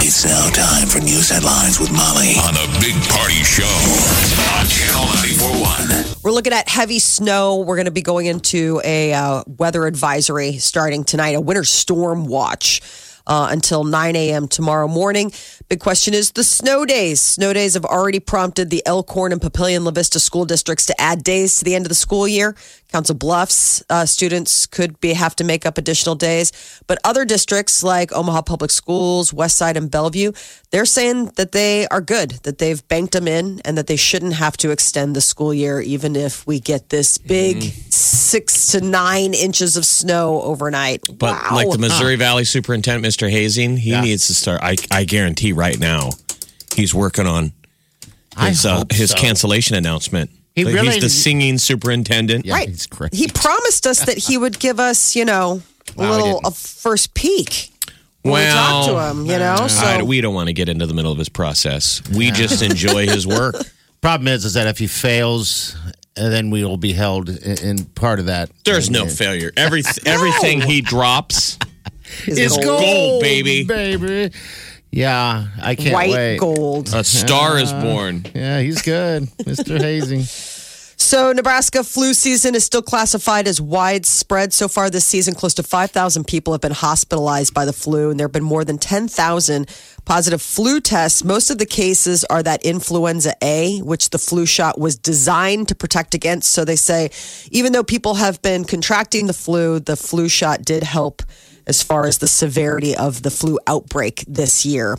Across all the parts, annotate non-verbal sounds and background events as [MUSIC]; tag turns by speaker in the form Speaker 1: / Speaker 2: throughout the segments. Speaker 1: It's now time for news headlines with Molly on the Big Party Show on Channel 941.
Speaker 2: We're looking at heavy snow. We're going to be going into a uh, weather advisory starting tonight, a winter storm watch uh, until 9 a.m. tomorrow morning. Big question is the snow days. Snow days have already prompted the Elkhorn and Papillion La Vista school districts to add days to the end of the school year. Council Bluffs uh, students could be have to make up additional days, but other districts like Omaha Public Schools, Westside, and Bellevue, they're saying that they are good, that they've banked them in, and that they shouldn't have to extend the school year, even if we get this big six to nine inches of snow overnight.
Speaker 3: But
Speaker 2: wow.
Speaker 3: like the Missouri Valley Superintendent, Mr. Hazing, he
Speaker 4: Yeah.
Speaker 3: needs to start. I, I guarantee right now, he's working on
Speaker 4: I
Speaker 3: his uh,
Speaker 4: hope
Speaker 3: his
Speaker 4: so.
Speaker 3: cancellation announcement.
Speaker 4: He
Speaker 3: Like,
Speaker 4: really-
Speaker 3: he's the singing superintendent.
Speaker 4: Yeah,
Speaker 2: Right.
Speaker 4: he's great.
Speaker 2: He promised us that he would give us, you know, a
Speaker 4: Wow, he
Speaker 2: little
Speaker 4: didn't.
Speaker 2: a first peek.
Speaker 3: Well,
Speaker 2: when we talk to him, you know. so
Speaker 3: I- we don't want to get into the middle of his process. We just enjoy his work.
Speaker 4: [LAUGHS] Problem is, is that if he fails, uh, then we will be held in, in part of that.
Speaker 3: There's
Speaker 4: And
Speaker 3: no
Speaker 4: it-
Speaker 3: failure.
Speaker 4: [LAUGHS]
Speaker 3: Every everything he drops is gold, baby.
Speaker 4: baby. Yeah, I can't
Speaker 2: white
Speaker 4: wait.
Speaker 2: gold.
Speaker 3: A star
Speaker 4: Uh,
Speaker 3: is born.
Speaker 4: Yeah, he's good, [LAUGHS] Mr. Hazing.
Speaker 2: So, Nebraska flu season is still classified as widespread. So far this season, close to 5,000 people have been hospitalized by the flu, and there have been more than 10,000 positive flu tests. Most of the cases are that influenza A, which the flu shot was designed to protect against. So, they say even though people have been contracting the flu, the flu shot did help as far as the severity of the flu outbreak this year.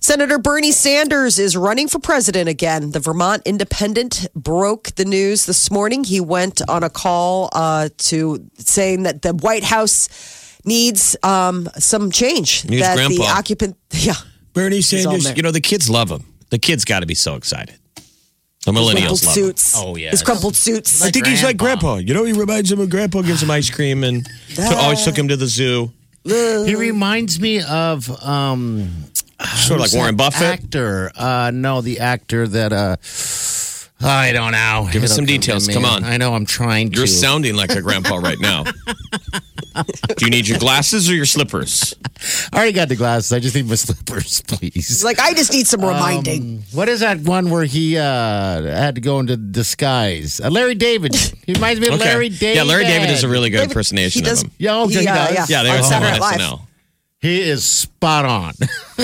Speaker 2: Senator Bernie Sanders is running for president again. The Vermont Independent broke the news this morning. He went on a call uh, to saying that the White House needs um, some change.
Speaker 3: Needs
Speaker 2: that the
Speaker 3: grandpa.
Speaker 2: occupant, yeah.
Speaker 3: Bernie
Speaker 2: all
Speaker 3: Sanders.
Speaker 2: there.
Speaker 3: You know the kids love him. The kids got to be so excited. The millennials love him.
Speaker 2: suits.
Speaker 4: Oh, yes.
Speaker 2: His crumpled suits.
Speaker 3: I think he's like grandpa. You know, he reminds him of grandpa gives him ice cream and to- always took him to the zoo.
Speaker 4: He
Speaker 2: Uh,
Speaker 4: reminds me of um,
Speaker 3: Sort of like
Speaker 4: who's
Speaker 3: Warren
Speaker 4: that
Speaker 3: Buffett.
Speaker 4: Actor, uh, no, the actor that uh, I don't know. Give
Speaker 3: us some details. Come on.
Speaker 4: I know. I'm trying
Speaker 3: You're
Speaker 4: to.
Speaker 3: sounding like a grandpa right now. Do you need your glasses or your slippers?
Speaker 4: I already got the glasses. I just need my slippers, [LAUGHS] please.
Speaker 2: He's like, I just need some
Speaker 4: um,
Speaker 2: reminding.
Speaker 4: What is that one where he uh, had to go into disguise? Uh, Larry David. He reminds me
Speaker 3: [LAUGHS]
Speaker 4: of Larry David.
Speaker 3: Yeah, Larry David is a really good
Speaker 2: David-
Speaker 3: impersonation
Speaker 2: he
Speaker 3: of
Speaker 2: does-
Speaker 3: him.
Speaker 4: Yeah, okay, he
Speaker 2: Yeah,
Speaker 4: does.
Speaker 2: yeah.
Speaker 3: Yeah, they
Speaker 2: on
Speaker 3: were all
Speaker 2: Saturday
Speaker 3: on
Speaker 2: Night Live.
Speaker 3: SNL.
Speaker 4: He is spot on.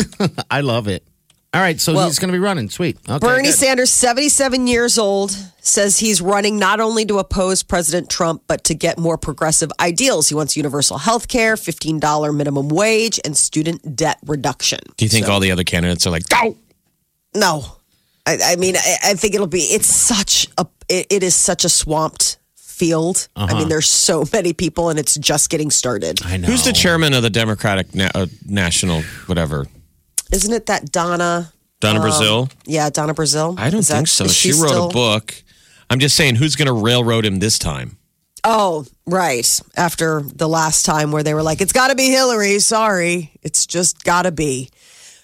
Speaker 4: [LAUGHS] I love it. All right, so
Speaker 2: Well-
Speaker 4: he's going to be running. Sweet. Okay,
Speaker 2: Bernie
Speaker 4: good.
Speaker 2: Sanders, 77 years old, says he's running not only to oppose President Trump, but to get more progressive ideals. He wants universal health care, $15 minimum wage, and student debt reduction.
Speaker 3: Do you think all the other candidates are like, go?
Speaker 2: No. I, I mean, I, I think it'll be, it's such a, it, it is such a swamped field. I
Speaker 3: Uh-huh.
Speaker 2: mean, there's so many people and it's just getting started.
Speaker 4: I know.
Speaker 3: Who's the chairman of the Democratic na- uh, National, whatever?
Speaker 2: Isn't it that Donna?
Speaker 3: Donna Brazil?
Speaker 2: Yeah, Donna Brazil.
Speaker 3: I don't
Speaker 2: Is that-
Speaker 3: think so.
Speaker 2: is
Speaker 3: She wrote
Speaker 2: still-
Speaker 3: a book. I'm just saying, who's going to railroad him this time?
Speaker 2: Oh, right. After the last time where they were like, it's got to be Hillary. Sorry. It's just got to be.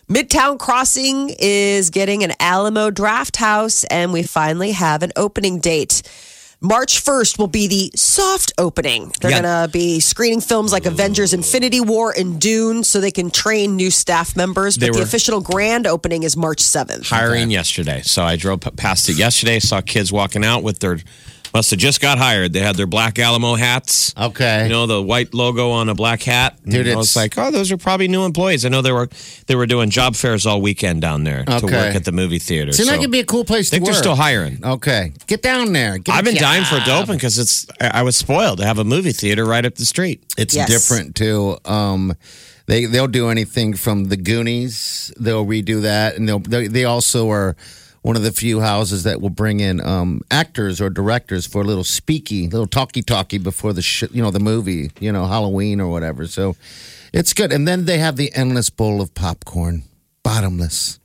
Speaker 2: Midtown Crossing is getting an Alamo Draft House, and we finally have an opening date. March 1st will be the soft opening. They're
Speaker 3: Yeah.
Speaker 2: going to be screening films like Avengers Infinity War and Dune so they can train new staff members.
Speaker 3: They
Speaker 2: But the
Speaker 3: were-
Speaker 2: official grand opening is March 7th.
Speaker 3: hiring yesterday. So I drove p- past it yesterday, saw kids walking out with their, must have just got hired. They had their black Alamo hats.
Speaker 4: Okay.
Speaker 3: You know, the white logo on a black hat. And
Speaker 4: Dude,
Speaker 3: I was
Speaker 4: it's-
Speaker 3: like, oh, those are probably new employees. I know they were they were doing job fairs all weekend down there to
Speaker 4: Okay.
Speaker 3: work at the movie theater.
Speaker 4: Seems
Speaker 3: so
Speaker 4: like it'd be a cool place
Speaker 3: I think
Speaker 4: to
Speaker 3: they're
Speaker 4: work.
Speaker 3: still
Speaker 4: Oh,
Speaker 3: hiring.
Speaker 4: Okay, get down there. Get
Speaker 3: I've been dying for it to open because it's. I I was spoiled to have a movie theater right up the street.
Speaker 4: It's
Speaker 2: Yes.
Speaker 4: different too. Um, they they'll do anything from the Goonies. They'll redo that, and they'll they, they also are one of the few houses that will bring in um, actors or directors for a little speaky, little talkie talkie before the sh- you know the movie, you know Halloween or whatever. So it's good, and then they have the endless bowl of popcorn. bottomless.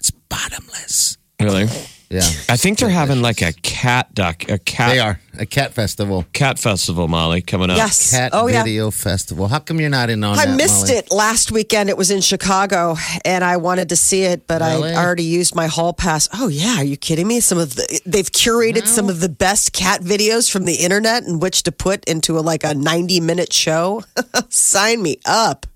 Speaker 4: It's bottomless.
Speaker 3: Really?
Speaker 2: [LAUGHS]
Speaker 4: Yeah.
Speaker 3: I think they're having like a cat duck, a cat
Speaker 4: They are a cat festival.
Speaker 3: cat festival, Molly, coming up.
Speaker 2: Yes.
Speaker 4: Cat
Speaker 2: oh, yeah.
Speaker 4: video festival. How come you're not in on
Speaker 2: I
Speaker 4: that?
Speaker 2: missed
Speaker 4: Molly?
Speaker 2: it last weekend. It was in Chicago, and I wanted to see it, but
Speaker 4: Really?
Speaker 2: I already used my hall pass. Oh yeah, are you kidding me? Some of the they've curated some of the best cat videos from the internet and which to put into a, like a ninety minute show. [LAUGHS] Sign me up.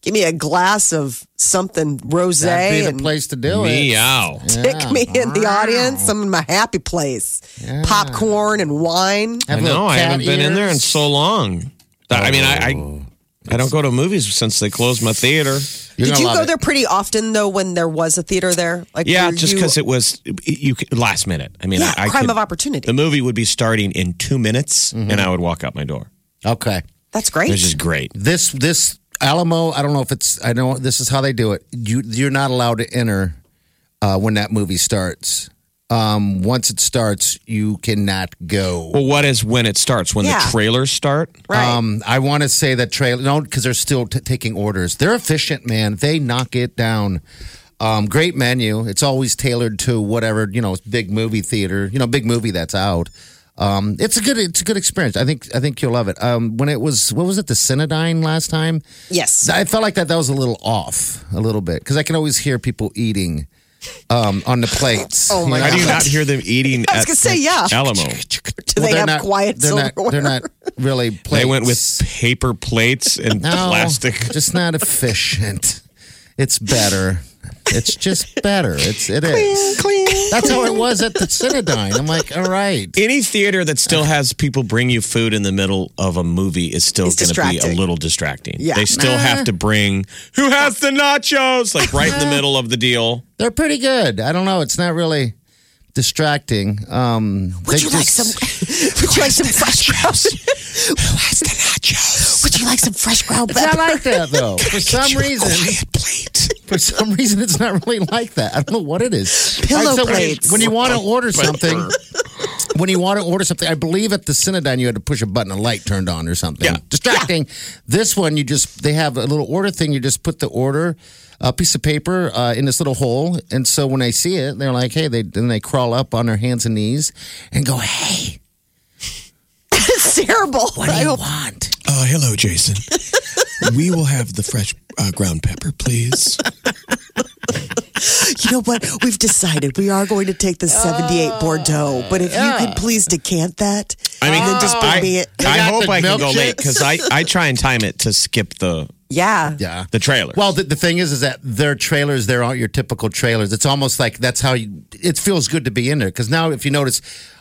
Speaker 2: Give me a glass of something
Speaker 4: That'd be
Speaker 2: rosé
Speaker 4: the
Speaker 2: and
Speaker 4: place to do it.
Speaker 3: Meow.
Speaker 2: pick me in the audience. I'm in my happy place. Popcorn and wine.
Speaker 4: Have
Speaker 3: I know.
Speaker 4: little
Speaker 3: I
Speaker 4: cat
Speaker 3: haven't been in there in
Speaker 4: ears.
Speaker 3: so long. That-
Speaker 2: Oh,
Speaker 3: I mean, I, I I don't go to movies since they closed my theater.
Speaker 4: You're
Speaker 2: Did
Speaker 4: gonna
Speaker 2: you
Speaker 4: love
Speaker 2: go
Speaker 4: it.
Speaker 2: there pretty often though when there was a theater there? Like
Speaker 3: Yeah,
Speaker 2: were
Speaker 3: just
Speaker 2: you-
Speaker 3: because it was you could- last minute. I mean,
Speaker 2: Yeah,
Speaker 3: I, I
Speaker 2: crime
Speaker 3: could-
Speaker 2: of opportunity. Mm-hmm.
Speaker 3: The movie would be starting in two minutes, and I would walk out my door.
Speaker 4: Okay.
Speaker 2: That's great.
Speaker 3: It was just great.
Speaker 4: This this Alamo. I don't know if it's. I know this is how they do it. You you're not allowed to enter uh, when that movie starts. Um, once it starts, you cannot go.
Speaker 3: Well, what is when it starts? When
Speaker 2: Yeah.
Speaker 3: the trailers start?
Speaker 2: Right.
Speaker 4: Um, I want to say that trailer, no, because they're still t- taking orders. They're efficient, man. They knock it down. Um, great menu. It's always tailored to whatever you know, big movie theater, you know, big movie that's out. Um, it's a good, it's a good experience. I think, I think you'll love it. Um, when it was, what was it, the Cinedine last time?
Speaker 2: yes.
Speaker 4: I felt like that that was a little off, a little bit, because I can always hear people eating um, on the plates.
Speaker 2: Oh, my
Speaker 4: You know?
Speaker 3: How do you not hear them eating?
Speaker 2: [LAUGHS] I was
Speaker 3: at
Speaker 2: gonna say, yeah. [LAUGHS]
Speaker 3: Alamo.
Speaker 2: Do
Speaker 4: Well,
Speaker 2: they
Speaker 4: they're
Speaker 2: have
Speaker 4: not-
Speaker 2: quiet
Speaker 4: They're not,
Speaker 2: silverware?
Speaker 4: they're not really. Plates.
Speaker 3: They went with paper
Speaker 2: [LAUGHS]
Speaker 3: plates and
Speaker 4: No,
Speaker 3: plastic.
Speaker 4: [LAUGHS] Just not efficient. It's better. It's just better. It's it is. That's how it was at the Cinedine. I'm like, all right.
Speaker 3: Any theater that still has people bring you food in the middle of a movie is still
Speaker 2: It's
Speaker 3: going to be a
Speaker 2: distracting.
Speaker 3: little distracting.
Speaker 2: Yeah.
Speaker 3: They still have to bring who has the nachos like right
Speaker 4: Uh-huh.
Speaker 3: in the middle of the deal.
Speaker 4: They're pretty good. I don't know. It's not really distracting. Um,
Speaker 2: Would
Speaker 4: they
Speaker 2: you like
Speaker 4: just-
Speaker 2: some? [LAUGHS] Would you like some fresh ground? Who has the nachos? Would you like some fresh ground
Speaker 4: It's not
Speaker 2: pepper?
Speaker 4: like that though.
Speaker 2: [LAUGHS]
Speaker 4: For some reason,
Speaker 3: Quiet plate.
Speaker 4: for some reason, it's not really like that. I don't know what it is.
Speaker 2: Pillow
Speaker 4: All right, so when you-
Speaker 2: plates.
Speaker 4: When you, want to order something, when you want to order something, I believe at the Cinedine you had to push a button, a light turned on or something.
Speaker 3: Yeah.
Speaker 4: Distracting. This one, you just they have a little order thing. You just put the order, a piece of paper uh, in this little hole, and so when they see it, they're like, "Hey!" They then they crawl up on their hands and knees and go, "Hey,
Speaker 2: [LAUGHS] It's terrible.
Speaker 4: what do
Speaker 2: I
Speaker 4: you
Speaker 2: hope-
Speaker 4: want?"
Speaker 5: Uh, hello, Jason. we will have the fresh uh, ground pepper, please.
Speaker 2: you know what? We've decided we are going to take the '78 Bordeaux, but if you could please decant that,
Speaker 3: I mean,
Speaker 2: and then just bring
Speaker 3: I,
Speaker 2: me it.
Speaker 3: I
Speaker 4: Oh. got
Speaker 3: hope
Speaker 4: the
Speaker 3: I can go
Speaker 4: milkshakes.
Speaker 3: late because I, I try and time it to skip the
Speaker 2: Yeah.
Speaker 4: Yeah.
Speaker 3: the trailer.
Speaker 4: Well, the, the thing is, is that their trailers, they aren't your typical trailers. It's almost like that's how you, it feels good to be in there. Because now, if you notice,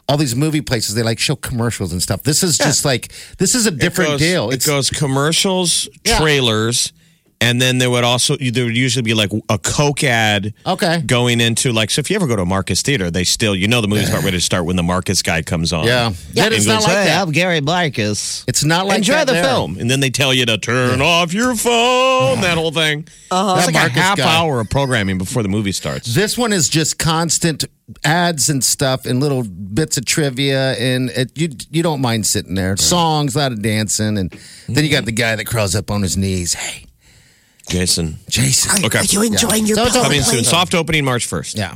Speaker 4: all these movie places, they like show commercials and stuff. This is just like, this is a different
Speaker 3: goes,
Speaker 4: deal.
Speaker 3: It goes commercials,
Speaker 4: Yeah.
Speaker 3: trailers, and then there would also there would usually be like a Coke ad.
Speaker 4: Okay.
Speaker 3: Going into like so if you ever go to a Marcus Theater, they still you know the movie's not ready to start when the Marcus guy comes on.
Speaker 4: Yeah. Yeah,
Speaker 3: And
Speaker 4: it's not
Speaker 3: goes,
Speaker 4: like
Speaker 3: "Hey,
Speaker 4: that."
Speaker 3: I'm Gary Marcus.
Speaker 4: it's not like
Speaker 3: Enjoy
Speaker 4: that
Speaker 3: the
Speaker 4: there.
Speaker 3: film, and then they tell you to turn off your phone. That whole thing. Uh-huh. It's
Speaker 4: That
Speaker 3: like a
Speaker 4: Marcus
Speaker 3: half
Speaker 4: guy.
Speaker 3: hour of programming before the movie starts.
Speaker 4: This one is just constant ads and stuff and little bits of trivia and it, you you don't mind sitting there. Songs, a lot of dancing, and then
Speaker 3: Mm-hmm.
Speaker 4: you got the guy that crawls up on his knees. Hey,
Speaker 3: Jason,
Speaker 4: Jason.
Speaker 3: Okay.
Speaker 2: Are you enjoying your
Speaker 4: So it's
Speaker 2: pillow
Speaker 4: all-
Speaker 3: coming
Speaker 2: plate?
Speaker 3: soon. Soft opening March first.
Speaker 4: Oh, Yeah.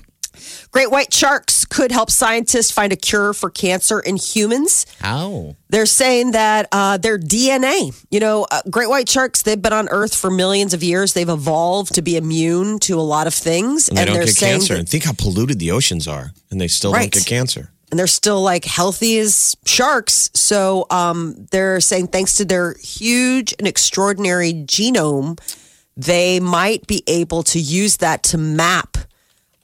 Speaker 2: Great white sharks could help scientists find a cure for cancer in humans.
Speaker 4: How?
Speaker 2: They're saying that uh, their DNA, you know, uh, great white sharks, they've been on Earth for millions of years. They've evolved to be immune to a lot of things.
Speaker 3: And they
Speaker 2: are
Speaker 3: don't get
Speaker 2: saying,
Speaker 3: cancer.
Speaker 2: that-
Speaker 3: and think how polluted the oceans are, and they still
Speaker 2: Right.
Speaker 3: don't get cancer.
Speaker 2: and they're still like healthy as sharks. So um, they're saying, thanks to their huge and extraordinary genome, they might be able to use that to map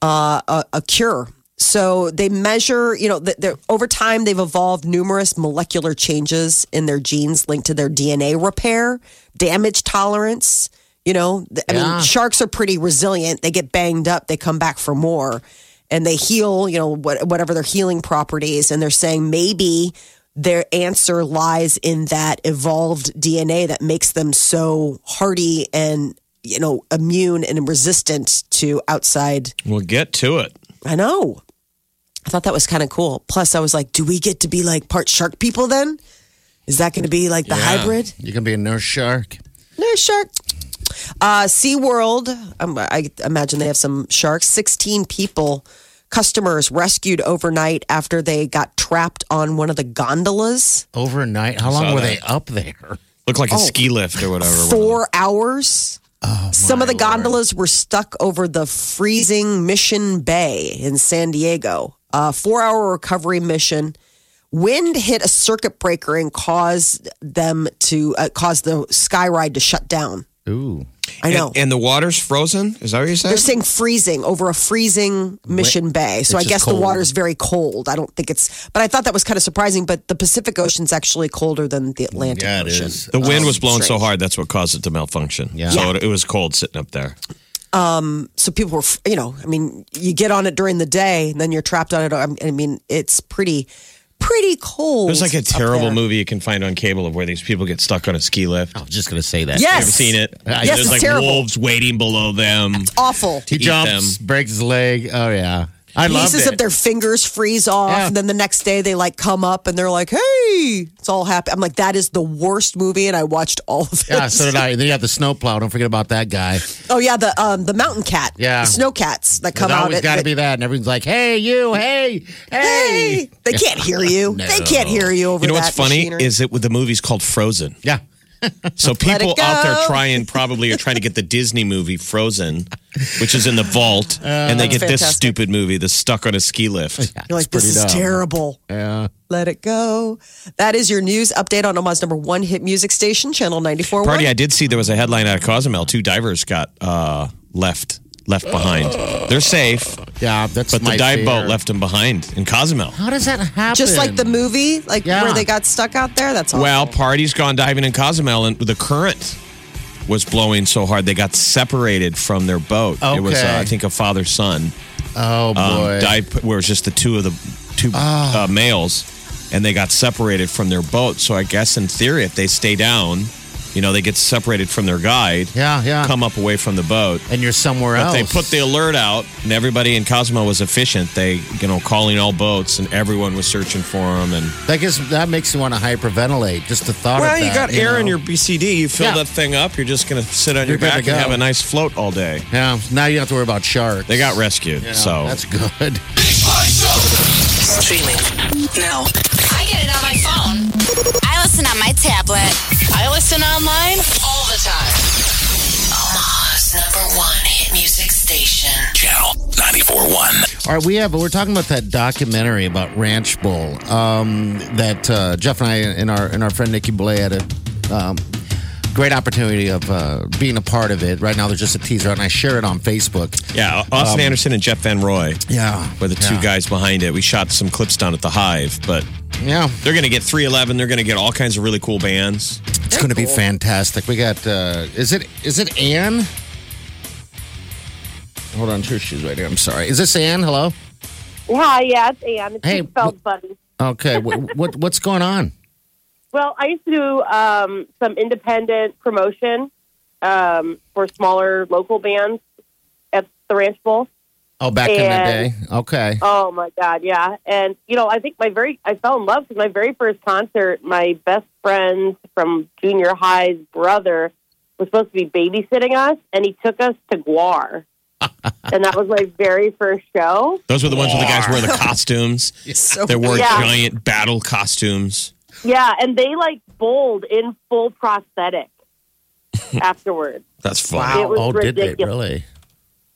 Speaker 2: uh, a, a cure. So they measure, you know, th- they're- over time they've evolved numerous molecular changes in their genes linked to their DNA repair, damage tolerance. You know, th- I mean,
Speaker 4: Yeah.
Speaker 2: sharks are pretty resilient. They get banged up, they come back for more, and they heal. You know, what, whatever their healing properties, and they're saying maybe their answer lies in that evolved DNA that makes them so hardy and you know immune and resistant to outside
Speaker 3: We'll get to it.
Speaker 2: I know. I thought that was kind of cool. Plus, I was like, do we get to be like part shark people then? Is that going to be like the hybrid?
Speaker 4: You can be a nurse shark.
Speaker 2: No shark. Uh, SeaWorld, um, I imagine they have some sharks. 16 people, customers rescued overnight after they got trapped on one of the gondolas.
Speaker 4: Overnight, how long
Speaker 3: Saw
Speaker 4: were
Speaker 3: that.
Speaker 4: they up there?
Speaker 3: Look like a ski lift or whatever.
Speaker 2: Oh. Four hours.
Speaker 4: Oh,
Speaker 2: some of the gondolas were stuck over the freezing Mission Bay in San Diego. A four hour recovery mission. Wind hit a circuit breaker and caused them to uh, cause the sky ride to shut down.
Speaker 4: Ooh,
Speaker 2: I know.
Speaker 3: And, and the water's frozen. Is that what you
Speaker 2: They're
Speaker 3: said?
Speaker 2: saying freezing over a freezing Mission Bay. So I
Speaker 4: It's
Speaker 2: guess
Speaker 4: just
Speaker 2: the
Speaker 4: cold.
Speaker 2: water's very cold. I don't think it's, but I thought that was kind of surprising. But the Pacific Ocean's actually colder than the Atlantic
Speaker 4: yeah, it
Speaker 2: Ocean.
Speaker 4: is.
Speaker 3: The wind was blowing so
Speaker 2: Oh, strange.
Speaker 3: hard that's what caused it to malfunction.
Speaker 4: Yeah.
Speaker 3: So it, it was cold sitting up there.
Speaker 2: So people were, you know, I mean, you get on it during the day and then you're trapped on it. I mean, it's pretty, pretty cold.
Speaker 3: There's like a
Speaker 2: up
Speaker 3: terrible
Speaker 2: there.
Speaker 3: movie you can find on cable of where these people get stuck on a ski lift.
Speaker 4: I was just gonna say that.
Speaker 2: Yes.
Speaker 3: I've seen it.
Speaker 4: Yes,
Speaker 3: There's
Speaker 2: it's
Speaker 3: like
Speaker 2: terrible.
Speaker 3: wolves waiting below them.
Speaker 2: Awful.
Speaker 4: he
Speaker 3: eat
Speaker 4: jumps, breaks his leg. Oh yeah, I love
Speaker 2: Pieces
Speaker 4: it.
Speaker 2: of their fingers freeze off,
Speaker 4: Yeah.
Speaker 2: and then the next day they like come up and they're like, "Hey, it's all happy." I'm like, "That is the worst movie," and I watched all of it.
Speaker 4: yeah, so did I. Then you have the snowplow. Don't forget about that guy.
Speaker 2: [LAUGHS] Oh yeah, the um the mountain cat.
Speaker 4: Yeah.
Speaker 2: The snow cats that come
Speaker 4: There's
Speaker 2: out.
Speaker 4: always
Speaker 2: at-
Speaker 4: got to be that, and everyone's like, "Hey, you, hey, hey."
Speaker 2: Hey,
Speaker 3: [LAUGHS]
Speaker 2: they can't hear you. They can't hear you over
Speaker 3: You know
Speaker 2: that
Speaker 3: what's funny
Speaker 2: machinery.
Speaker 3: is it the movie's called Frozen.
Speaker 4: Yeah,
Speaker 3: So
Speaker 2: Let it
Speaker 3: people
Speaker 2: go.
Speaker 3: out there trying probably are trying to get the Disney movie Frozen, which is in the
Speaker 2: [LAUGHS]
Speaker 3: vault, and they get this
Speaker 2: Oh, Fantastic.
Speaker 3: stupid movie, the stuck on a ski lift.
Speaker 2: You're like, this is terrible. Yeah. Let it go. That is your news update on Omaha's number one hit music station, Channel 94.
Speaker 3: Party, I did see there was a headline out of Cozumel. Two divers got uh, left left behind. They're safe,
Speaker 4: yeah. That's
Speaker 3: but
Speaker 4: my
Speaker 3: the dive
Speaker 4: fear.
Speaker 3: boat left them behind in Cozumel.
Speaker 4: How does that happen?
Speaker 2: Just like the movie, like
Speaker 4: Yeah.
Speaker 2: where they got stuck out there. That's all.
Speaker 3: Well, party's gone diving in Cozumel, and the current was blowing so hard they got separated from their boat. It was, uh,
Speaker 4: Okay.
Speaker 3: I think, a father son.
Speaker 4: Oh boy. Ah.
Speaker 3: um, dive where it was just the two of the two uh, males, and they got separated from their boat. So I guess in theory, if they stay down, you know, they get separated from their guide.
Speaker 4: Yeah, yeah.
Speaker 3: Come up away from the boat.
Speaker 4: and you're somewhere
Speaker 3: But
Speaker 4: else.
Speaker 3: they put the alert out, and everybody in Cosmo was efficient. They, you know, calling all boats, and everyone was searching for them. And
Speaker 4: That gives that makes you want to hyperventilate. Just the thought.
Speaker 3: well,
Speaker 4: of
Speaker 3: you
Speaker 4: that,
Speaker 3: got air in
Speaker 4: know?
Speaker 3: your BCD. You fill
Speaker 4: Yeah.
Speaker 3: that thing up. You're just going to sit on your
Speaker 4: You're good
Speaker 3: back
Speaker 4: to
Speaker 3: and have
Speaker 4: go.
Speaker 3: a nice float all day.
Speaker 4: Yeah. Now you don't have to worry about sharks.
Speaker 3: They got rescued.
Speaker 4: You know,
Speaker 3: so
Speaker 4: that's good.
Speaker 6: Streaming now.
Speaker 7: I get it on my phone. I listen on my tablet.
Speaker 6: I listen online all the time. Omaha's number one hit music station.
Speaker 1: Channel 94.1.
Speaker 4: All right, we have. We're talking about that documentary about Ranch Bowl um, that uh, Jeff and I and our and our friend Nikki Boulay had a um, great opportunity of uh, being a part of it. Right now, there's just a teaser out, and I share it on Facebook.
Speaker 3: yeah, Austin Anderson and Jeff Van Roy.
Speaker 4: Yeah,
Speaker 3: were the two guys behind it. We shot some clips down at the Hive, but
Speaker 4: Yeah,
Speaker 3: they're going to get 311. They're going to get all kinds of really cool bands.
Speaker 4: it's going to be fantastic. We got. Uh, is it is it Anne? Hold on, two shoes right here. I'm sorry. Is this Anne? Hello.
Speaker 8: Hi, yeah, it's Ann. It's
Speaker 4: Hey,
Speaker 8: hey, spelled
Speaker 4: wh-
Speaker 8: funny.
Speaker 4: Okay. what, what what's going on?
Speaker 8: Well, I used to do um, some independent promotion um, for smaller local bands at the Ranch Bowl.
Speaker 4: Oh, back
Speaker 8: Anne.
Speaker 4: in the day. Okay.
Speaker 8: Oh my God, yeah. And you know, I think my very I fell in love with my very first concert. My best friend from junior high's brother was supposed to be babysitting us, and he took us
Speaker 4: [LAUGHS]
Speaker 8: to Guar. and that was my very first show.
Speaker 3: Those were the ones where the guys wore the
Speaker 4: [LAUGHS]
Speaker 3: costumes.
Speaker 2: So-
Speaker 3: They wore
Speaker 8: Yeah.
Speaker 3: giant battle costumes.
Speaker 8: Yeah, and they like bowled in
Speaker 4: [LAUGHS]
Speaker 8: full prosthetic afterwards.
Speaker 3: That's fun.
Speaker 8: It was
Speaker 4: oh, did they
Speaker 8: ridiculous.
Speaker 4: really?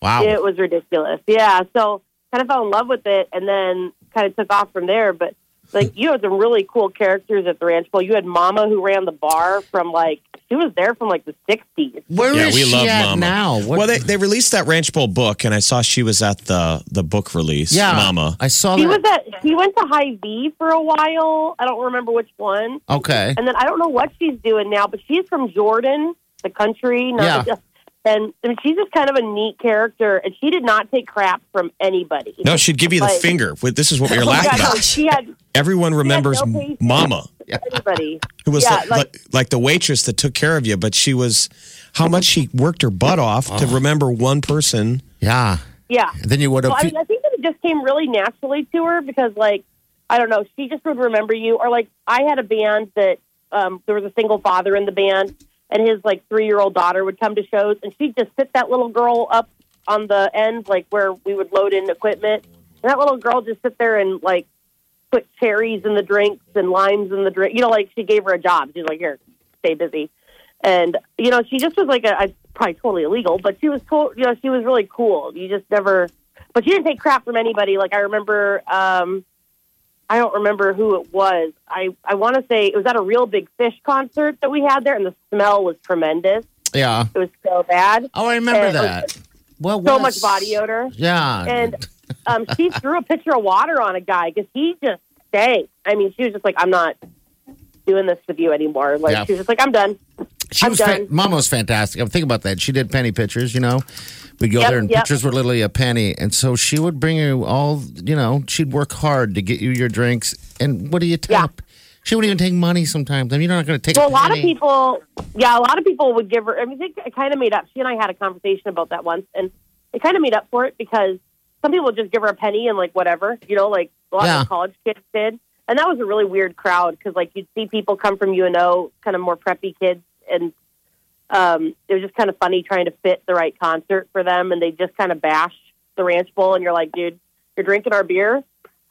Speaker 4: Wow.
Speaker 8: It was ridiculous. Yeah. So kind of fell in love with it and then kind of took off from there. But like you had some really cool characters at the ranch bowl. You had Mama who ran the bar from like she was there from like the sixties.
Speaker 4: Where
Speaker 3: Yeah,
Speaker 4: is
Speaker 3: we
Speaker 4: she
Speaker 3: love
Speaker 4: at
Speaker 3: Mama.
Speaker 4: now? What-
Speaker 3: Well, they, they released that Ranch Bowl book, and I saw she was at the, the book release.
Speaker 4: Oh, yeah,
Speaker 3: Mama.
Speaker 4: I saw
Speaker 8: He was
Speaker 4: that.
Speaker 8: at he went to High V for a while. I don't remember which one.
Speaker 4: okay,
Speaker 8: And then I don't know what she's doing now, but she's from Jordan, the country. Not
Speaker 4: Yeah.
Speaker 8: and I mean, she's just kind of a neat character, and she did not take crap from anybody.
Speaker 3: No, she'd give you the
Speaker 8: Like-
Speaker 3: finger. Wait, This is what we were
Speaker 8: Oh my
Speaker 3: laughing
Speaker 8: God, no,
Speaker 3: about.
Speaker 8: she
Speaker 4: [LAUGHS]
Speaker 8: had
Speaker 3: Everyone remembers
Speaker 8: no patience.
Speaker 3: Mama,
Speaker 8: anybody.
Speaker 3: who was
Speaker 8: Yeah,
Speaker 3: like, like, like the waitress that took care of you, but she was how much she worked her butt off to remember one person.
Speaker 4: yeah.
Speaker 8: Yeah.
Speaker 4: Then you would have.
Speaker 8: Well, I mean, I think that it just came really naturally to her because, like, I don't know, she just would remember you. Or, like, I had a band that um, there was a single father in the band, and his like three year old daughter would come to shows, and she'd just sit that little girl up on the end, like where we would load in equipment, and that little girl just sit there and like put cherries in the drinks and limes in the drink. You know, like she gave her a job. She's like, here, stay busy. And you know, she just was like, a, I probably totally illegal, but she was, to- you know, she was really cool. You just never, but she didn't take crap from anybody. Like I remember, um, I don't remember who it was. I I want to say it was at a real big fish concert that we had there, and the smell was tremendous.
Speaker 4: Yeah.
Speaker 8: It was so bad.
Speaker 4: Oh, I remember
Speaker 8: And it was
Speaker 4: that. Well,
Speaker 8: So
Speaker 4: what
Speaker 8: much
Speaker 4: is-
Speaker 8: body odor.
Speaker 4: Yeah. [LAUGHS]
Speaker 8: And um, she threw a pitcher of water on a guy because he just stank. I mean, she was just like, "I'm not doing this with you anymore." Like
Speaker 4: Yeah.
Speaker 8: she was just like, "I'm done."
Speaker 4: She
Speaker 8: I'm
Speaker 4: was fa-
Speaker 8: done.
Speaker 4: Mama was fantastic. I'm thinking about that. She did penny pictures, you know. We'd go
Speaker 8: Yep,
Speaker 4: there and
Speaker 8: yep.
Speaker 4: pictures were literally a penny. And so she would bring you all, you know, she'd work hard to get you your drinks. And what do you tip? She wouldn't even take money sometimes. I mean, you're not going to take
Speaker 8: Well,
Speaker 4: a
Speaker 8: a lot of
Speaker 4: penny.
Speaker 8: people, yeah, a lot of people would give her. I mean, it, it kind of made up. She and I had a conversation about that once, and it kind of made up for it because some people just give her a penny and like whatever, you know, like a lot
Speaker 4: Yeah.
Speaker 8: of college kids did. And that was a really weird crowd because like you'd see people come from UNO, kind of more preppy kids, and um, it was just kind of funny trying to fit the right concert for them, and they just kind of bash the Ranch Bowl, and you're like, dude, you're drinking our beer.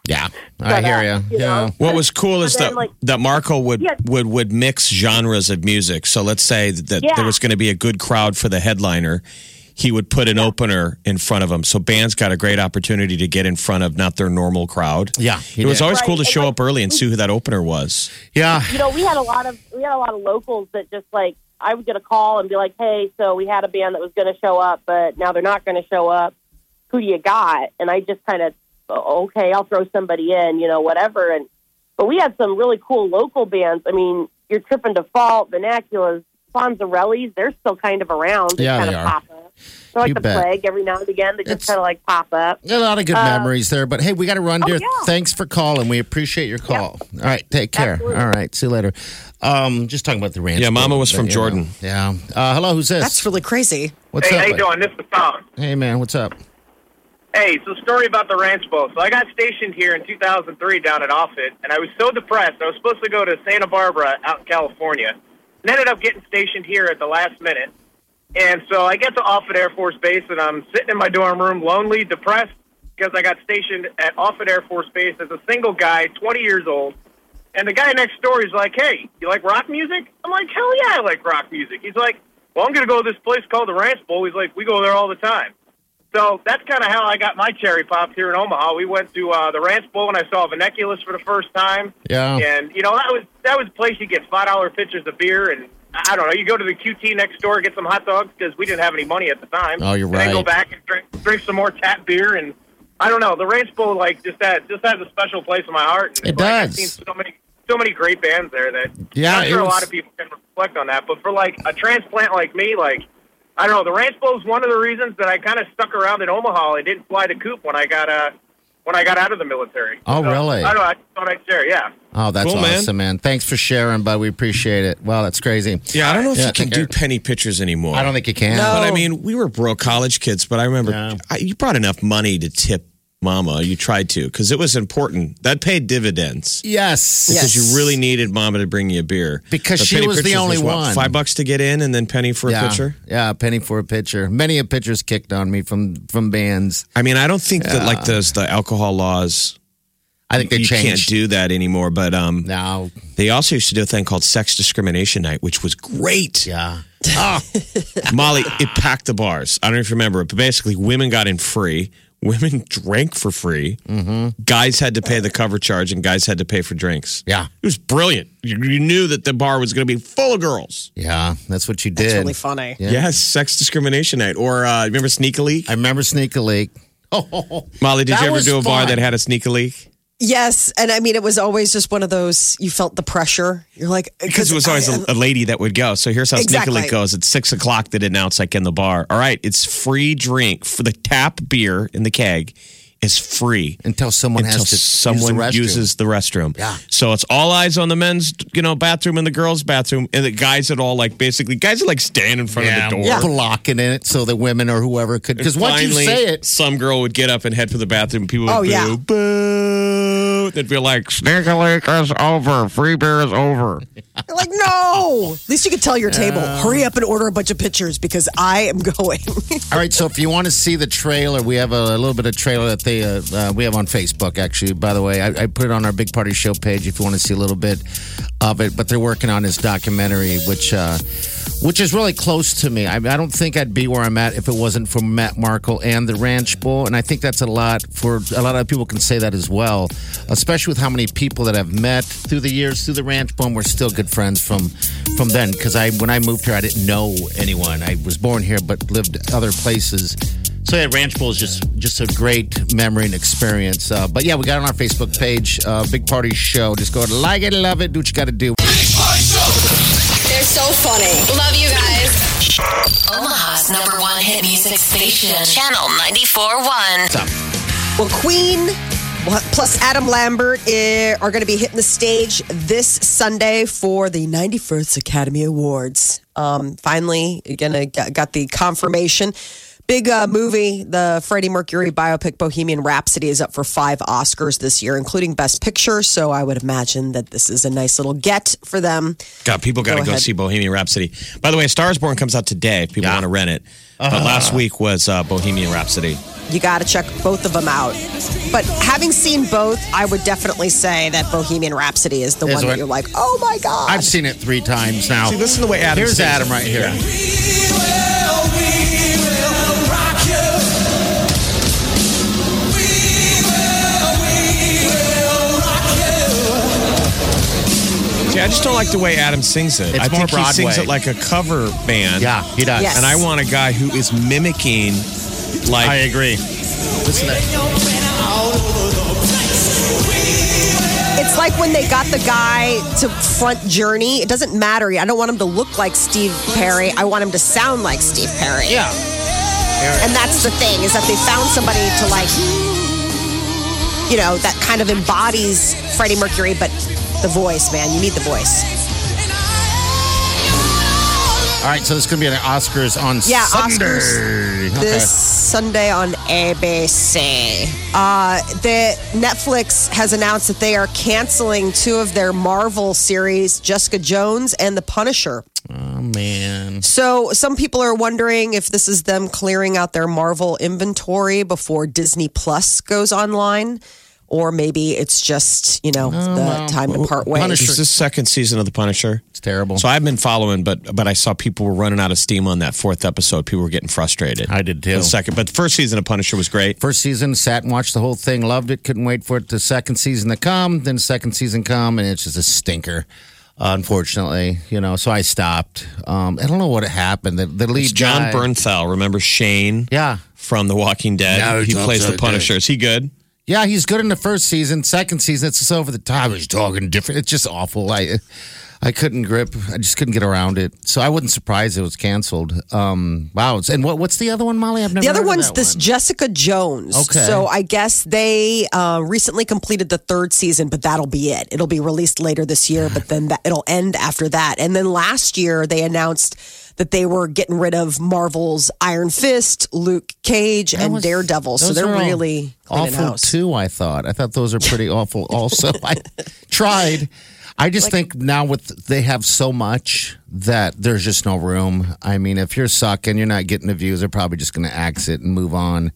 Speaker 4: Yeah. I
Speaker 8: Shut
Speaker 4: hear
Speaker 8: up,
Speaker 4: you.
Speaker 8: you
Speaker 4: Yeah.
Speaker 8: know?
Speaker 3: What was cool is
Speaker 8: And then,
Speaker 3: that
Speaker 8: like-
Speaker 3: that Marco would
Speaker 8: Yeah.
Speaker 3: would would mix genres of music. So let's say that
Speaker 8: Yeah.
Speaker 3: there was going to be a good crowd for the headliner. He would put an opener in front of them. So bands got a great opportunity to get in front of not their normal crowd.
Speaker 4: Yeah, he
Speaker 3: It was
Speaker 4: did.
Speaker 3: always cool to
Speaker 8: Right, and
Speaker 3: show
Speaker 8: like-
Speaker 3: up early and see who that opener was.
Speaker 4: Yeah.
Speaker 8: you know, we had a lot of we had a lot of locals that just like I would get a call and be like, "Hey, so we had a band that was going to show up, but now they're not going to show up. Who do you got?" And I just kind of, "Oh, okay, I'll throw somebody in, you know, whatever. And but we had some really cool local bands. I mean, your Trip and Default, Vernaculars, Fonzarellis, they're still kind of around.
Speaker 4: Yeah,
Speaker 8: kind
Speaker 4: they
Speaker 8: of
Speaker 4: are.
Speaker 8: Pop up. They're like
Speaker 4: You
Speaker 8: the
Speaker 4: bet.
Speaker 8: plague every now and again. They
Speaker 4: It's-
Speaker 8: just kind of like pop up.
Speaker 4: A lot of good memories there. But hey, we got to run,
Speaker 8: oh,
Speaker 4: dear.
Speaker 8: yeah.
Speaker 4: Thanks for calling. We appreciate your call. All right. Take care. All right. See you later. Um, just talking about the ranch.
Speaker 3: Yeah, Mama
Speaker 4: bowl,
Speaker 3: was
Speaker 4: but,
Speaker 3: from
Speaker 4: you
Speaker 3: Jordan.
Speaker 4: know. Yeah. Uh, hello. Who's
Speaker 2: [LAUGHS]
Speaker 4: this?
Speaker 2: That's really crazy.
Speaker 4: What's
Speaker 9: hey,
Speaker 4: up?
Speaker 9: how you doing? This is Tom.
Speaker 4: Hey, man. What's up?
Speaker 9: Hey, so story about the ranch bowl. So I got stationed here in 2003 down at Offutt, and I was so depressed. I was supposed to go to Santa Barbara out in California, and ended up getting stationed here at the last minute. And so I get to Offutt Air Force Base, and I'm sitting in my dorm room, lonely, depressed, because I got stationed at Offutt Air Force Base as a single guy, 20 years old. And the guy next door is like, "Hey, you like rock music?" I'm like, "Hell yeah, I like rock music." He's like, "Well, I'm gonna go to this place called the Ranch Bowl." He's like, "We go there all the time." So that's kind of how I got my cherry popped here in Omaha. We went to uh, the Ranch Bowl and I saw Vernaculus for the first time.
Speaker 4: Yeah.
Speaker 9: And you know that was that was a place you get five dollar pitchers of beer and I I don't know. You go to the QT next door get some hot dogs because we didn't have any money at the time.
Speaker 4: Oh, you're
Speaker 9: and Then go
Speaker 4: right.
Speaker 9: back and drink drink some more tap beer and I don't know. The Ranch Bowl like just has just has a special place in my heart. And,
Speaker 4: It
Speaker 9: like,
Speaker 4: does.
Speaker 9: I've seen so many so many great bands there that
Speaker 4: Yeah,
Speaker 9: I'm sure
Speaker 4: it
Speaker 9: a
Speaker 4: was-
Speaker 9: lot of people can reflect on that. But for like a transplant like me, like I don't know, the Ranch Bowl is one of the reasons that I kind of stuck around in Omaha and didn't fly to Coop when I got uh when I got out of the military.
Speaker 4: Oh,
Speaker 9: So,
Speaker 4: really?
Speaker 9: I don't know. I just thought I'd share. Yeah.
Speaker 4: Oh, that's
Speaker 3: Cool, man.
Speaker 4: awesome, man. Thanks for sharing, bud. We appreciate it. Wow, that's crazy.
Speaker 3: Yeah, I don't know if
Speaker 4: Yeah,
Speaker 3: you can do
Speaker 4: take
Speaker 3: penny pictures anymore.
Speaker 4: I don't think you can.
Speaker 2: No.
Speaker 3: But I mean, we were broke college kids, but I remember
Speaker 4: Yeah.
Speaker 3: I, you brought enough money to tip mama. You tried to because it was important. That paid dividends
Speaker 4: Yes.
Speaker 2: Yes.
Speaker 3: because you really needed mama to bring you a beer.
Speaker 4: Because
Speaker 3: But
Speaker 4: she
Speaker 3: penny
Speaker 4: was the
Speaker 3: pitchers
Speaker 4: only
Speaker 3: what,
Speaker 4: one.
Speaker 3: Five bucks to get in and then penny for
Speaker 4: yeah.
Speaker 3: a pitcher.
Speaker 4: Yeah, a penny for a pitcher. Many a pitchers kicked on me from from bands.
Speaker 3: I mean, I don't think that like those the alcohol laws.
Speaker 4: I think they
Speaker 3: you can't
Speaker 4: changed.
Speaker 3: do that anymore. But um,
Speaker 4: now.
Speaker 3: they also used to do a thing called Sex Discrimination Night, which was great.
Speaker 4: Yeah.
Speaker 3: [LAUGHS] Molly, it packed the bars. I don't know if you remember it, but basically, women got in free. Women [LAUGHS] drank for free.
Speaker 4: Mm-hmm.
Speaker 3: Guys had to pay the cover charge, and guys had to pay for drinks.
Speaker 4: Yeah.
Speaker 3: It was brilliant. You, you knew that the bar was going to be full of girls.
Speaker 4: Yeah. That's what you did.
Speaker 2: It's really funny.
Speaker 4: Yeah.
Speaker 3: Yes, sex discrimination night. Or uh, remember sneak a leak?
Speaker 4: I remember Sneak a Leak. Oh,
Speaker 3: Molly, did
Speaker 4: That
Speaker 3: you ever
Speaker 4: was
Speaker 3: do a bar
Speaker 4: fun.
Speaker 3: that had a sneak a leak?
Speaker 2: Yes, and I mean it was always just one of those. You felt the pressure. You're like
Speaker 3: Because it was always
Speaker 2: I-
Speaker 3: a, a lady that would go. So here's how
Speaker 2: Exactly.
Speaker 3: Sneakily goes. At six o'clock, they announce like in the bar. All right, it's free drink for the tap beer in the keg is free
Speaker 4: until someone
Speaker 3: until
Speaker 4: has to
Speaker 3: someone
Speaker 4: use the restroom.
Speaker 3: uses the restroom.
Speaker 4: Yeah.
Speaker 3: So it's all eyes on the men's you know bathroom and the girls' bathroom, and the guys at all like basically guys are like standing in front of
Speaker 4: yeah,
Speaker 3: the door.
Speaker 4: blocking it so the women or whoever could. Because once you
Speaker 3: Finally,
Speaker 4: say it, Oh,
Speaker 3: some girl would get up and head for the bathroom. People would
Speaker 2: Oh,
Speaker 3: boo,
Speaker 2: yeah.
Speaker 3: boo. booth and be like, Sneaker Leak is over. Free beer is over.
Speaker 2: You're like, no. At least you could tell your table, hurry up and order a bunch of pictures because I am [LAUGHS] going.
Speaker 4: All right, so if you want to see the trailer, we have a, little bit of trailer that they uh, uh, we have on Facebook. Actually, by the way, I, I put it on our Big Party Show page if you want to see a little bit of it. But they're working on this documentary, which uh, which is really close to me. I, I don't think I'd be where I'm at if it wasn't for Matt Markle and the Ranch Bowl, and I think that's a lot for a lot of people can say that as well, especially with how many people that I've met through the years through the Ranch Bowl. and We're still good friends from from then because I when I moved here, I didn't know anyone. I was born here but lived other places. So yeah, Ranch Bowl is just just a great memory and experience. Uh, but yeah, we got it on our Facebook page, uh, Big Party Show. Just go like it, love it, do what you got to do.
Speaker 6: They're so funny. Love you guys. Omaha's number one hit music station, Channel 94.1.
Speaker 2: Well, Queen what- plus Adam Lambert eh, are going to be hitting the stage this Sunday for the 91st Academy Awards. Um, finally, again, I got got the confirmation. Big uh, movie, the Freddie Mercury biopic Bohemian Rhapsody is up for five Oscars this year, including Best Picture. So I would imagine that this is a nice little get for them.
Speaker 3: God, people got to
Speaker 2: Go
Speaker 3: go,
Speaker 2: ahead.
Speaker 3: see Bohemian Rhapsody. By the way, Stars Born comes out today if people want to rent it. But last week was uh, Bohemian Rhapsody.
Speaker 2: you got to check both of them out. But having seen both, I would definitely say that Bohemian Rhapsody is the
Speaker 4: Is
Speaker 2: one
Speaker 4: what-
Speaker 2: that you're like, oh my God.
Speaker 4: I've seen it three times now.
Speaker 3: See, listen to the way Adam
Speaker 4: Here's
Speaker 3: sings.
Speaker 4: Adam right here.
Speaker 3: See, I just don't like the way Adam sings it.
Speaker 4: It's
Speaker 3: I
Speaker 4: more
Speaker 3: think he sings
Speaker 4: Broadway.
Speaker 3: it like a cover band.
Speaker 4: Yeah, he does.
Speaker 2: Yes.
Speaker 3: And I want a guy who is mimicking, like,
Speaker 4: I agree. Listen to that.
Speaker 2: It's like when they got the guy to front Journey. It doesn't matter. I don't want him to look like Steve Perry. I want him to sound like Steve Perry.
Speaker 4: Yeah.
Speaker 2: And that's the thing is that they found somebody to like, you know, that kind of embodies Freddie Mercury, but the voice, man. You need the voice.
Speaker 4: All right, so it's going to be an Oscars on
Speaker 2: Yeah,
Speaker 4: Sunday.
Speaker 2: Oscars
Speaker 4: Okay.
Speaker 2: This Sunday on ABC. Uh, the Netflix has announced that they are canceling two of their Marvel series, Jessica Jones and The Punisher.
Speaker 4: Oh, man.
Speaker 2: So, some people are wondering if this is them clearing out their Marvel inventory before Disney Plus goes online, or maybe it's just, you know, the time to part ways.
Speaker 3: Punisher. This is the second season of The Punisher.
Speaker 4: It's terrible.
Speaker 3: So I've been following, but but I saw people were running out of steam on that fourth episode. People were getting frustrated.
Speaker 4: I did too.
Speaker 3: The second, but the first season of Punisher was great.
Speaker 4: First season, sat and watched the whole thing, loved it, couldn't wait for it. The second season to come, then second season come, and it's just a stinker, unfortunately. You know, so I stopped. Um, I don't know what happened. The, the lead
Speaker 3: It's John
Speaker 4: guy-
Speaker 3: Bernthal. Remember Shane
Speaker 4: Yeah,
Speaker 3: from The Walking Dead?
Speaker 5: Now he
Speaker 3: he
Speaker 5: talks
Speaker 3: plays
Speaker 5: like
Speaker 3: the Punisher. Is he good?
Speaker 4: yeah, he's good in the first season. Second season, it's just over the top. He's talking different. It's just awful. I, I couldn't grip. I just couldn't get around it. So I wasn't surprised it was canceled. Um, wow. It's- And what? What's the other one, Molly? I've never.
Speaker 2: The other
Speaker 4: heard of
Speaker 2: one's
Speaker 4: that
Speaker 2: this
Speaker 4: one.
Speaker 2: Jessica Jones.
Speaker 4: Okay.
Speaker 2: So I guess they uh, recently completed the third season, but that'll be it. It'll be released later this year, but then that, it'll end after that. And then last year they announced that they were getting rid of Marvel's Iron Fist, Luke Cage,
Speaker 4: That
Speaker 2: and
Speaker 4: was-
Speaker 2: Daredevil. So
Speaker 4: those
Speaker 2: they're
Speaker 4: are all
Speaker 2: really cleaning
Speaker 4: awful
Speaker 2: house.
Speaker 4: too. I thought. I thought those
Speaker 2: [LAUGHS]
Speaker 4: are pretty awful. Also, I tried. I just think now with they have so much that there's just no room. I mean, if you're sucking, you're not getting the views. They're probably just going to axe it and move on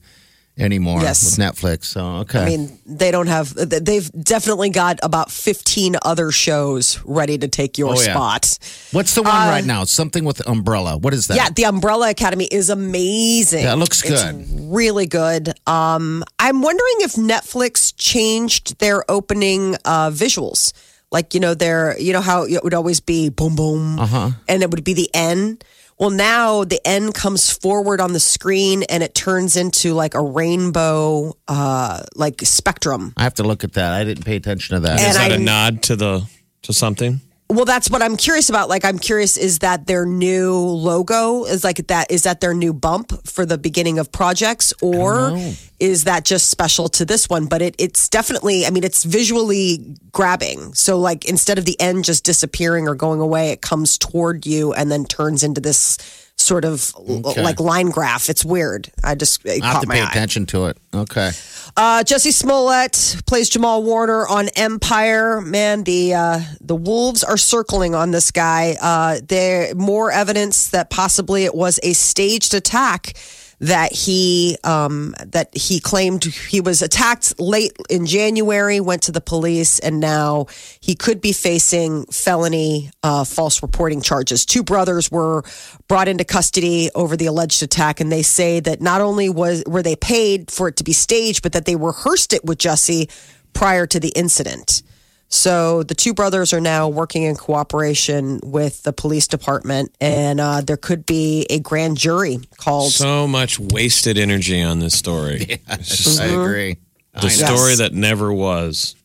Speaker 4: anymore
Speaker 2: Yes.
Speaker 4: with Netflix. So okay.
Speaker 2: I mean, they don't have. th- They've definitely got about fifteen other shows ready to take your
Speaker 4: Oh, yeah.
Speaker 2: spot.
Speaker 4: What's the one right now? Something with umbrella. What is that?
Speaker 2: uh, Yeah, the Umbrella Academy is amazing.
Speaker 4: That looks
Speaker 2: It's
Speaker 4: good.
Speaker 2: really good. Um, I'm wondering if Netflix changed their opening uh, visuals. Like, you know, their, you know how it would always be boom, boom, uh-huh. and it would be the N. Well, now the N comes forward on the screen and it turns into like a rainbow, uh, like spectrum.
Speaker 4: I have to look at that. I didn't pay attention to that.
Speaker 2: And
Speaker 3: Is that a
Speaker 2: I-
Speaker 3: nod to the to something?
Speaker 2: Well, that's what I'm curious about. Like, I'm curious is that their new logo is like that? Is that their new bump for the beginning of projects, or is that just special to this one? But it, it's definitely. I mean, it's visually grabbing. So, like, instead of the end just disappearing or going away, it comes toward you and then turns into this sort of l-
Speaker 4: Okay.
Speaker 2: like line graph. It's weird. I just it
Speaker 4: I have
Speaker 2: caught
Speaker 4: to
Speaker 2: my
Speaker 4: pay
Speaker 2: eye.
Speaker 4: attention to it. Okay.
Speaker 2: Uh, Jesse Smollett plays Jamal Warner on Empire. Man, the uh, the wolves are circling on this guy. Uh, there more evidence that possibly it was a staged attack that he um, that he claimed he was attacked late in January. Went to the police, and now he could be facing felony uh, false reporting charges. Two brothers were brought into custody over the alleged attack, and they say that not only was were they paid for it to be staged, but that they rehearsed it with Jussie prior to the incident. So the two brothers are now working in cooperation with the police department, and uh, there could be a grand jury called.
Speaker 3: So much wasted energy on this story. It's just
Speaker 2: Mm-hmm.
Speaker 4: I agree.
Speaker 3: The
Speaker 4: I know.
Speaker 3: story that never was.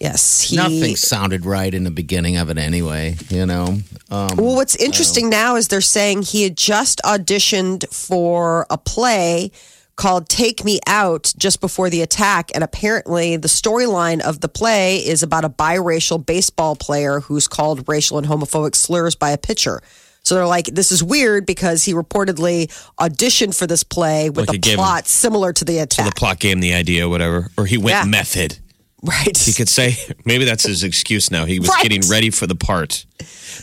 Speaker 2: yes, he.
Speaker 4: Nothing sounded right in the beginning of it anyway, you know? Um,
Speaker 2: Well, what's interesting now is they're saying he had just auditioned for a play called Take Me Out just before the attack. And apparently, the storyline of the play is about a biracial baseball player who's called racial and homophobic slurs by a pitcher. So they're like, this is weird because he reportedly auditioned for this play with
Speaker 3: Like it
Speaker 2: a
Speaker 3: gave him-
Speaker 2: plot similar to the
Speaker 3: So
Speaker 2: attack.
Speaker 3: the plot gave him the idea, whatever. Or he went
Speaker 2: Yeah.
Speaker 3: method.
Speaker 2: [LAUGHS] right.
Speaker 3: He could say, [LAUGHS] maybe that's his excuse now. He was
Speaker 2: Right.
Speaker 3: getting ready for the part.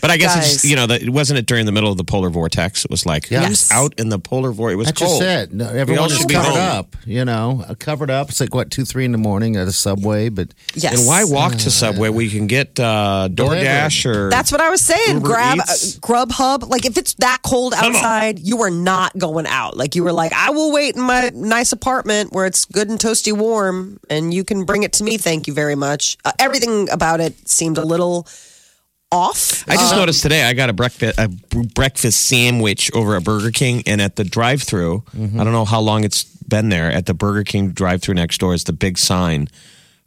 Speaker 3: But I guess, it's,
Speaker 2: Guys.
Speaker 3: you know, that, wasn't it during the middle of the polar vortex? It was like,
Speaker 4: Yeah.
Speaker 3: who's
Speaker 2: Yes.
Speaker 3: out in the polar vortex? It was
Speaker 4: That's
Speaker 3: cold.
Speaker 4: just it. No,
Speaker 3: all
Speaker 4: everyone is
Speaker 3: should be
Speaker 4: covered
Speaker 3: home.
Speaker 4: up, you know, uh, covered up. It's like, what, two, three in the morning at a subway, but
Speaker 2: yes.
Speaker 3: And why walk
Speaker 4: Uh,
Speaker 3: to Subway? We can get uh, DoorDash or.
Speaker 2: That's what I was saying.
Speaker 3: Uber
Speaker 2: Grab
Speaker 3: Eats?
Speaker 2: uh, Grubhub. Like if it's that cold
Speaker 3: Come on.
Speaker 2: outside, you are not going out. Like you were like, I will wait in my nice apartment where it's good and toasty warm, and you can bring it to me. Thank you very much. Uh, everything about it seemed a little off.
Speaker 3: I
Speaker 4: Um,
Speaker 3: just noticed today I got a breakfast a breakfast sandwich over at Burger King, and at the drive-through,
Speaker 4: Mm-hmm.
Speaker 3: I don't know how long it's been there. At the Burger King drive-through next door is the big sign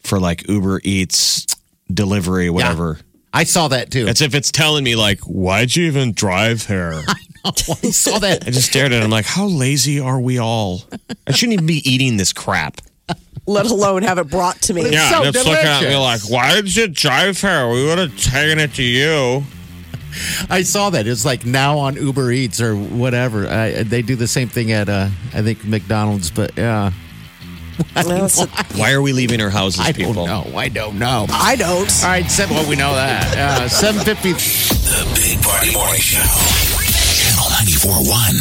Speaker 3: for like Uber Eats delivery, whatever.
Speaker 4: I saw that too.
Speaker 3: As if it's telling me like, why'd you even drive here?
Speaker 4: [LAUGHS] I saw that.
Speaker 3: [LAUGHS] I just stared at it. I'm like, how lazy are we all? I shouldn't even be eating this crap.
Speaker 2: Uh, let alone have it brought to me.
Speaker 3: Yeah,
Speaker 4: so
Speaker 3: and it's looking at me like,
Speaker 4: delicious.
Speaker 3: why did you drive here? We would have taken it to you.
Speaker 4: I saw that. It's like now on Uber Eats or whatever. I, they do the same thing at, uh, I think, McDonald's, but uh, yeah.
Speaker 2: Well, so-
Speaker 3: Why are we leaving our houses,
Speaker 4: I
Speaker 3: people?
Speaker 4: don't know. I don't know. All
Speaker 2: I don't.
Speaker 4: right, seven, well, we know that. Uh, 750.
Speaker 1: The Big Party Morning Show. Channel 941.